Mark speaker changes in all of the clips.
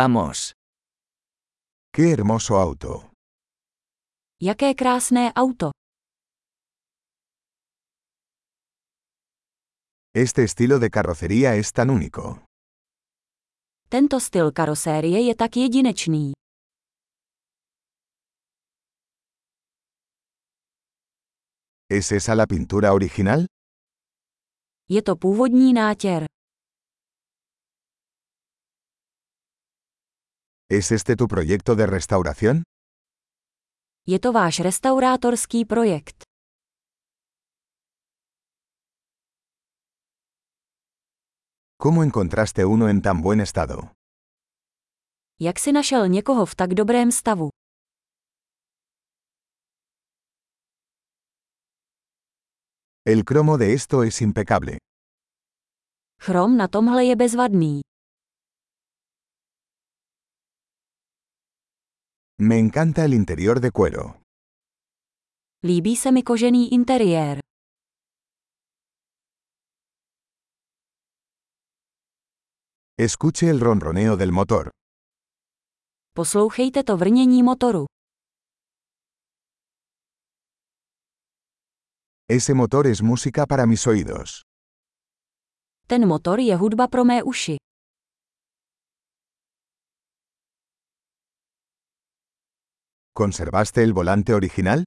Speaker 1: Vamos.
Speaker 2: ¡Qué hermoso auto!
Speaker 3: Jaké krásné auto.
Speaker 2: Este estilo de carrocería es tan único.
Speaker 3: Tento styl karosérie je tak jedinečný.
Speaker 2: ¿Es esa la pintura original?
Speaker 3: Je to původní nátěr.
Speaker 2: ¿Es este tu proyecto de restauración?
Speaker 3: Je to váš restaurátorský projekt.
Speaker 2: ¿Cómo encontraste uno en tan buen estado?
Speaker 3: Jak si našel někoho v tak dobrém stavu?
Speaker 2: El cromo de esto es impecable.
Speaker 3: Chrom na tomhle je bezvadný.
Speaker 2: Me encanta el interior de cuero.
Speaker 3: Líbí se mi kožený interiér.
Speaker 2: Escuche el ronroneo del motor.
Speaker 3: Poslouchejte to vrnění motoru.
Speaker 2: Ese motor es música para mis oídos.
Speaker 3: Ten motor je hudba pro mé uši.
Speaker 2: ¿Conservaste el volante original?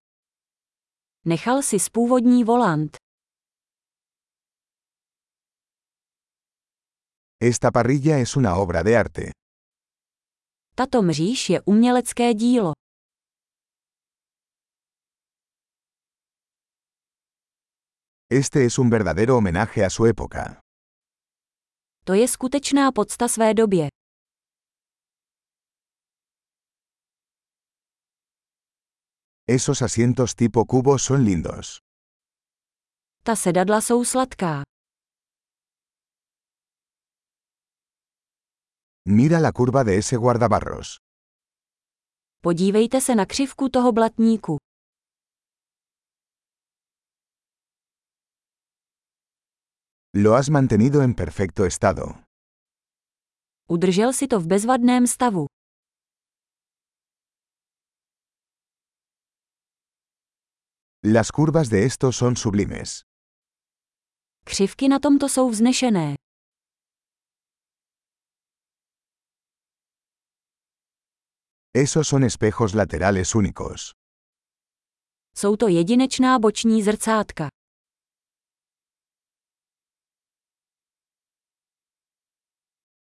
Speaker 3: Nechal si původní volant.
Speaker 2: Esta parrilla es una obra de arte.
Speaker 3: Tato mříž je umělecké dílo.
Speaker 2: Este es un verdadero homenaje a su época.
Speaker 3: To je skutečná podsta své době.
Speaker 2: Esos asientos tipo cubo son lindos.
Speaker 3: Ta sedadla jsou sladká.
Speaker 2: Mira la curva de ese guardabarros.
Speaker 3: Podívejte se na křivku toho blatníku.
Speaker 2: Lo has mantenido en perfecto estado.
Speaker 3: Udržel si to v bezvadném stavu.
Speaker 2: Las curvas de estos son sublimes.
Speaker 3: Křivky na tomto jsou vznešené.
Speaker 2: Esos son espejos laterales únicos.
Speaker 3: Jsou to jedinečná boční zrcátka.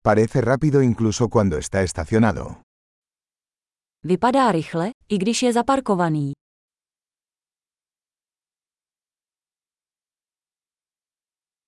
Speaker 2: Parece rápido incluso cuando está estacionado.
Speaker 3: Vypadá rychle, i když je zaparkovaný.